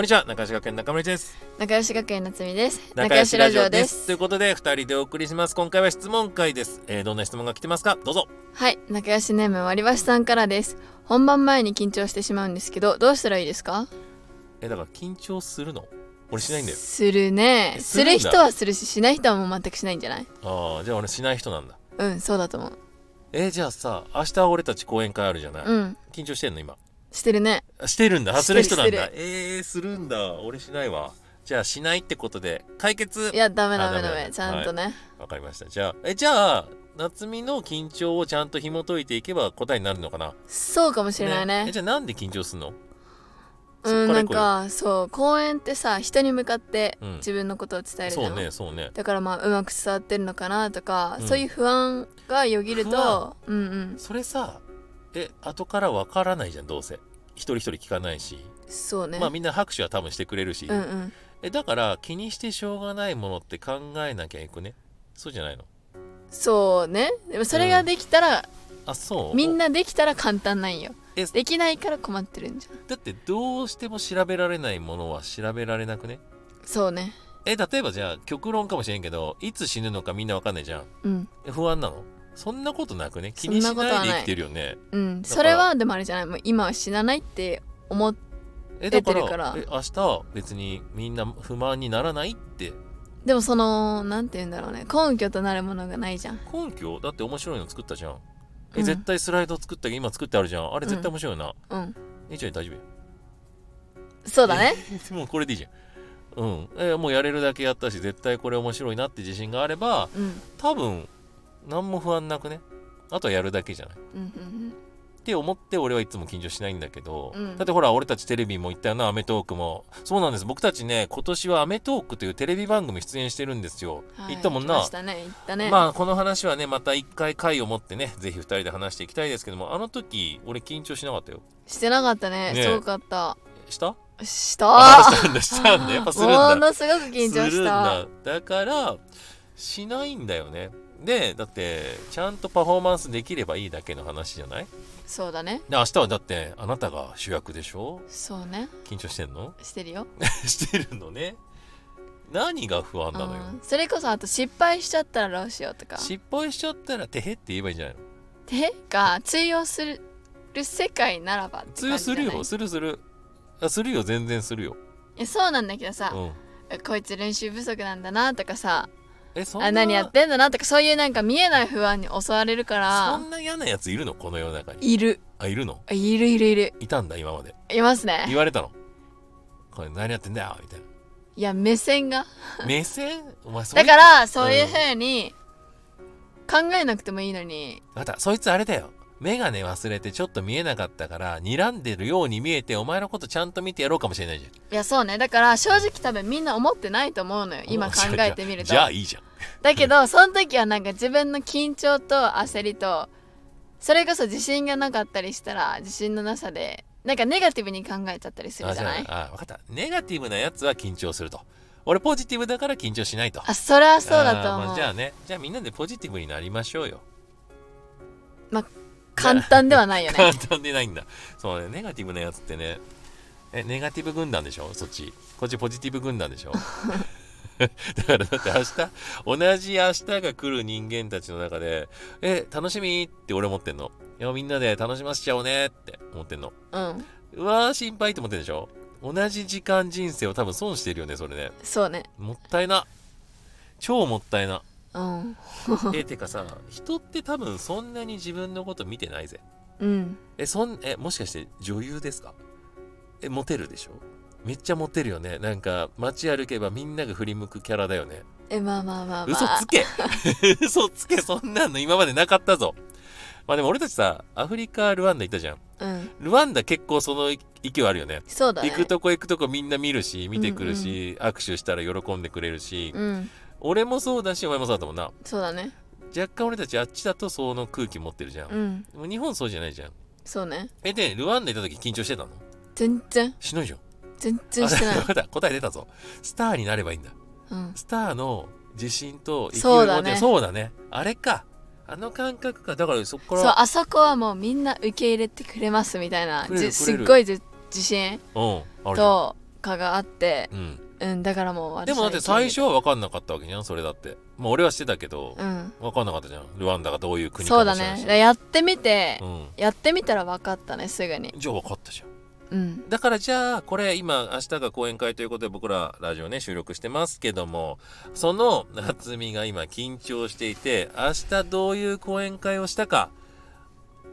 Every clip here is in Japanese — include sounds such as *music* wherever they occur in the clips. んにちは中吉学園中森です仲良し学園夏美です仲良しラジオですということで二人でお送りします今回は質問会です、えー、どんな質問が来てますかどうぞはい仲良しネーム割り箸さんからです本番前に緊張してしまうんですけどどうしたらいいですかえーだから緊張するの俺しないんだよするねえすするんだる人はするししない人はもう全くしないんじゃないああじゃあ俺しない人なんだうんそうだと思うえー、じゃあさ明日俺たち講演会あるじゃない、うん緊張してんの今してるねあしてるんだあしすてるる人なんだえー、するんだ俺しないわじゃあしないってことで解決いやダメダあメダダメダメメちゃんとね、わかりましたじゃあえじゃあ夏美の緊張をちゃんと紐解いていけば答えになるのかなそうかもしれないねえじゃあなんで緊張するのうそっんかならんこかそう公演ってさ人に向かってうん自分のことを伝えれるじゃん、そうねそうねだからまあうまく伝わってるのかなとか、うんそういう不安がよぎる不安とうんうんそれさえ後からわからないじゃんどうせ一人一人聞かないし、そうね、まあみんな拍手は多分してくれるし、うんうんえだから気にしてしょうがないものって考えなきゃいくねそうじゃないのそうねでもそれができたら、あそうみんなできたら簡単なんよえできないから困ってるんじゃんだってどうしても調べられないものは調べられなくねそうねえ例えばじゃあ極論かもしれんけどいつ死ぬのかみんなわかんないじゃんうんえ不安なのそんなことなくね気にしそんなことなはいでない生きてるよねうんだからそれはでもあれじゃないもう今は死なないって思っえだ出かてらるからえ明日別にみんな不満にならないってでもそのなんて言うんだろうね根拠となるものがないじゃん根拠だって面白いの作ったじゃんえ、うん絶対スライド作った今作ってあるじゃんあれ絶対面白いよな、うんえじゃあ大丈夫よそうだね *laughs* もうこれでいいじゃんうん、えもうやれるだけやったし絶対これ面白いなって自信があればうん多分何も不安なくねあとはやるだけじゃないっうんうんて思って俺はいつも緊張しないんだけど、うんだってほら俺たちテレビも言ったよな『アメトーーク』もそうなんです僕たちね今年は『アメトーーク』というテレビ番組出演してるんですよ、うん、はい言ったもん行きなましたね行ったね、まあこの話はねまた一回回を持ってねぜひ二人で話していきたいですけどもあの時俺緊張しなかったよしてなかったねねすごかったしたしたあしたんだした *laughs* んだやっぱするんだものすごく緊張するしんただだからしないんだよねでだってちゃんとパフォーマンスできればいいだけの話じゃないそうだねで明日はだってあなたが主役でしょそうね緊張してんの *laughs* してるよしてるのね何が不安なのようんそれこそあと失敗しちゃったらどうしようとか失敗しちゃったらてへって言えばいいんじゃないのてか通用する世界ならばって通感用じじすゃないるよするするあするよ全然するよ、いやそうなんだけどさう、ん、こいつ練習不足なんだなとかさえそんなあ何やってんだなとかそういうなんか見えない不安に襲われるかそらんな嫌なやついるのこの世の中にいるあいるのいるいるいるいたんだ今までいますね言われたのこれ何やってんだよみたいいや目線がな目線お前それだからそういうふうに考えなくてもいいのにまたそいつあれだよ眼鏡忘れてちょっと見えなかったから睨んでるように見えてお前のことちゃんと見てやろうかもしれないじゃんいやそうねだから正直多分みんな思ってないと思うのよ今考えてみるとじゃあいいじゃんだけどその時はなんか自分の緊張と焦りとそれこそ自信がなかったりしたら自信のなさでなんかネガティブに考えちゃったりするあじじゃゃないあああ分かったネガティブなやつは緊張すると俺ポジティブだから緊張しないとそれはそうだあとー思う、まあじゃあねじゃあみんなでポジティブになりましょうよ簡単ではないよね簡単でないんだ *laughs* そうねネガティブなやつってねえネガティブ軍団でしょそっちこっちポジティブ軍団でしょ *laughs* だからだって明日同じ明日が来る人間たちの中で「え楽しみ?」って俺思ってんのいやみんなで楽しませちゃおうねって思ってんのうんうわー心配って思ってんでしょ同じ時間人生を多分損してるよねそれねそうねもったいな超もったいなうんえてかさ人って多分そんなに自分のこと見てないぜうんえそんえもしかして女優ですかえモテるでしょめっちゃモテるよねなんか街歩けばみんなが振り向くキャラだよねえまあまあまあま嘘あつけ *laughs* 嘘つけそんなの今までなかったぞまあでも俺たちさアフリカルワンダ行ったじゃんうんルワンダ結構その勢いあるよねそうだね行くとこ行くとこみんな見るし見てくるし、握手したら喜んでくれるし、うん俺もそうだしお前もそうだと思うなそうだね若干俺たちあっちだとその空気持ってるじゃん、うんでも日本そうじゃないじゃんそうねえでルワンダ行った時緊張してたの全然しないじゃん全然してなあいわ、かった *laughs* 答え出たぞスターになればいいんだうん、スターの自信と勢いそうだを持ってねそうだねあれかあの感覚かだからそこそかうらあそこはもうみんな受け入れてくれますみたいなくれるじくすれっるごいじ自信うんあるじゃんとかがあって、うん、うん、だからもう私はでもだって最初は分かんなかったわけじゃんそれだってまあ俺はしてたけど、うん分かんなかったじゃんルワンダがどういう国かそうもだ知らねないしだからやってみて、うん、やってみたら分かったねすぐにじゃあ分かったじゃんうんだからじゃあこれ今明日が講演会ということで僕らラジオね収録してますけどもその夏美が今緊張していて明日どういう講演会をしたか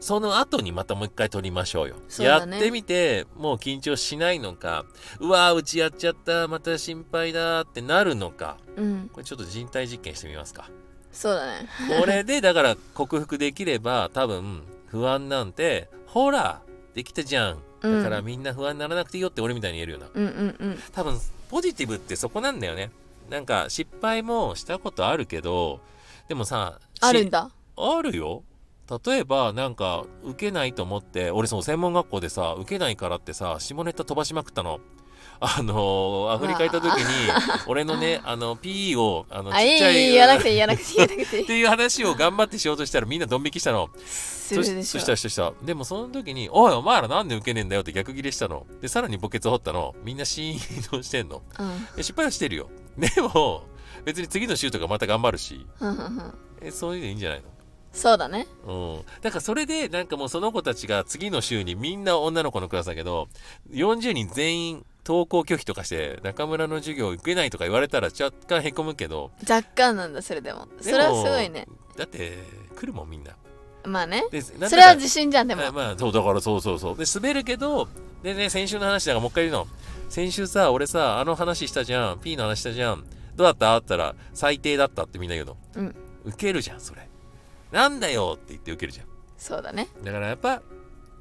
その後にまたもう一回撮りましょうよそうやだっねてみてもう緊張しないのかうわーうちやっちゃったまた心配だってなるのかうんこれちょっと人体実験してみますかそうだねこれでだから克服できれば多分不安なんてほらできたじゃんだからみんな不安にならなくていいよって俺みたいに言えるようなうんうんうん多分ポジティブってそこなんだよねなんか失敗もしたことあるけどでもさしあるんだあるよ例えばなんか受けないと思って俺その専門学校でさ受けないからってさ下ネタ飛ばしまくったのあのーアフリカ行った時に俺のねあの PE をあのちっあいいちゃいいい言わなくていい言わなくていい言わなくていっいていう話を頑張ってしようとしたらみんなドン引きしたの。 *laughs* すそるしでしそょしたらそしたらでもその時に「おいお前らなんで受けねえんだよ」って逆ギレしたのでさらに墓穴掘ったのみんなシーンとしてんのうんえ失敗はしてるよでも別に次の週とかまた頑張るしうんうんうんえそういうのいいんじゃないのそうだねうん、だからそれでなんかもうその子たちが次の週にみんな女の子のクラスだけど40人全員登校拒否とかして中村の授業受けないとか言われたら若干へこむけど若干なんだそれでもそれはすごいねでもだって来るもんみんなまあねでそれは自信じゃんでもあまあそうだからそうそうそうで滑るけどでね先週の話だからもう一回言うの先週さ俺さあの話したじゃん P の話したじゃんどうだったあったら最低だったってみんな言うのうん受けるじゃんそれなんだよって言って受けるじゃんそうだねだからやっぱ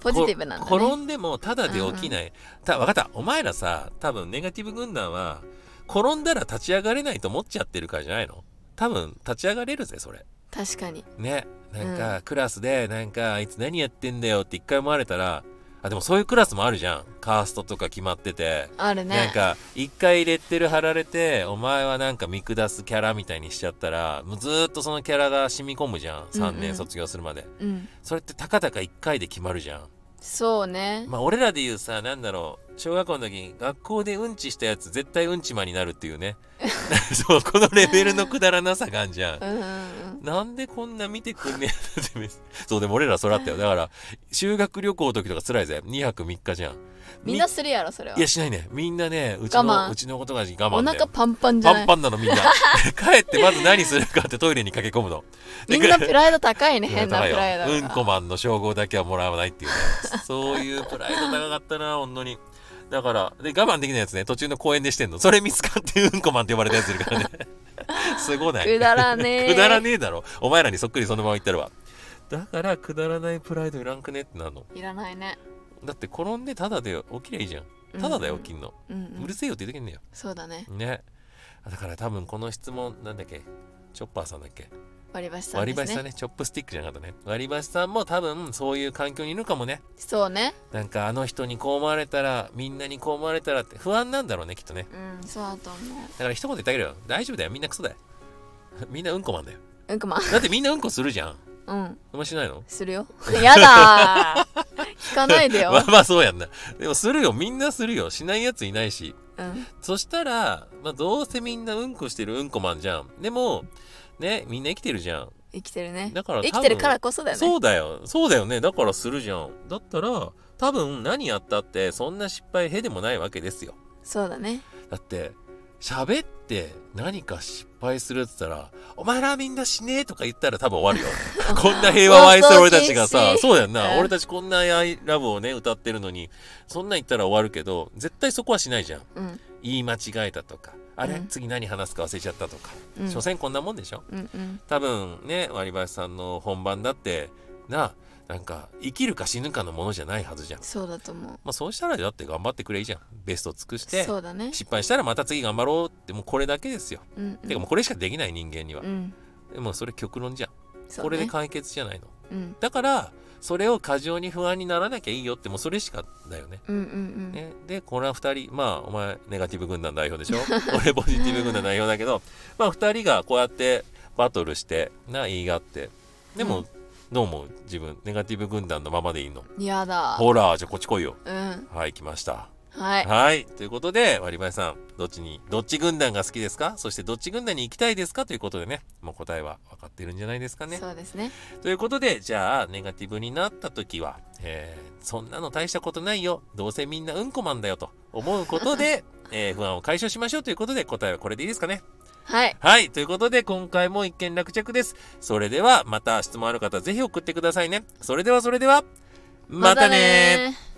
ポジティブなんだこね転んでもただで起きない、た分かったお前らさ多分ネガティブ軍団は転んだら立ち上がれないと思っちゃってるからじゃないの多分立ち上がれるぜそれ確かにねなんか、クラスでなんかあいつ何やってんだよって一回思われたらあでもそういうクラスもあるじゃんカーストとか決まってて、あるねなんか一回レッテル貼られてお前はなんか見下すキャラみたいにしちゃったらもうずーっとそのキャラが染み込むじゃん3うんう年ん卒業するまで、うんそれってたかだか1回で決まるじゃんそうねまあ俺らで言うさなんだろう小学校の時に学校でうんちしたやつ絶対うんちまになるっていう *laughs* ねそうこのレベルのくだらなさがあんじゃんうんうんうんなんでこんな見てくんねえんだって別にそうでも俺らそれあったよだから修学旅行の時とか辛いぜ2泊3日じゃんみんなするやろそれはいやしないねみんなねうち我の慢うちのことが我慢だよお腹パンパンじゃなパいンパンなのみんな *laughs* 帰ってまず何するかってトイレに駆け込むのみんなプライド高いねいや変な高プいよライドがうんこマンの称号だけはもらわないっていうねそういうプライド高かったな本当にだからで我慢できないやつね途中の公園でしてんのそれ見つかってうんこマンって呼ばれたやついる *laughs* からねすごないくだらねえくだらねえだろお前らにそっくりそのまま言ってるわだからくだらないプライドいらんくねってなるのいらないねだって転んでただで起きりゃいいじゃんただだよ起きんの、うんうんうるせえよって言うときんだよそうだねねだから多分この質問なんだっけチョッパーさんだっけ、割り箸さん割りで箸すさんねねチョップスティックじゃなかったね割り箸さんも多分そういう環境にいるかもねそうねなんかあの人にこう思われたらみんなにこう思われたらって不安なんだろうねきっとねうんそうだと思だから一言言ってあげるよ大丈夫だよみんなクソだよみんなうんこマンだよううんこまだってみんなうんこするじゃんうんお前しないのす *laughs* るよやだー聞かないでよまあまあそうやんな。でもするよ、みんなするよ。しないやついないし。うんそしたら、まあどうせみんなうんこしてるうんこマンじゃん。でも、ね、みんな生きてるじゃん。生きてるねだから多分生きてるからこそだよねそうだよ。そうだよね。だからするじゃん。だったら、多分何やったってそんな失敗へでもないわけですよ。そうだねだって、喋って何か失敗するって言ったら、お前らみんな死ねえとか言ったら多分終わ *laughs* るよ。こんな平和を愛する俺たちがさ放、送禁止そうやんな。うん俺たちこんなアイラブをね、歌ってるのに、そんなん言ったら終わるけど、絶対そこはしないじゃん。うん言い間違えたとか、あれ、うん次何話すか忘れちゃったとか。うん所詮こんなもんでしょうんうん多分ね、割り箸さんの本番だって、なあ、なんか、生きるか死ぬかのものじゃないはずじゃん。そうだと思うまあそうしたらだって頑張ってくれいいじゃん。ベストを尽くして。そうだね失敗したらまた次頑張ろうってもうこれだけですよ。うんてかもうこれしかできない人間にはう。んでもそれ極論じゃん。そうねこれで解決じゃないの。うんだからそれを過剰に不安にならなきゃいいよってもうそれしかだよね。うんうんね、でこれは2人まあお前ネガティブ軍団代表でしょ *laughs* 俺ポジティブ軍団代表だけどまあ2人がこうやってバトルしてな言い合ってでも、うんどうも自分ネガティブ軍団のままでいいのうんやだほらじゃあこっち来いようんはい来ましたはいはい。ということで、割り林さん、どっちに、どっち軍団が好きですかそしてどっち軍団に行きたいですかということでね、もう答えは分かってるんじゃないですかね。そうですねということで、じゃあ、ネガティブになった時は、えーそんなの大したことないよ。どうせみんなうんこマンだよと思うこと *laughs* で、えー不安を解消しましょうということで、答えはこれでいいですかね。はいはい。ということで、今回も一件落着です。それでは、また質問ある方、ぜひ送ってくださいね。それでは、それでは、またねまたねー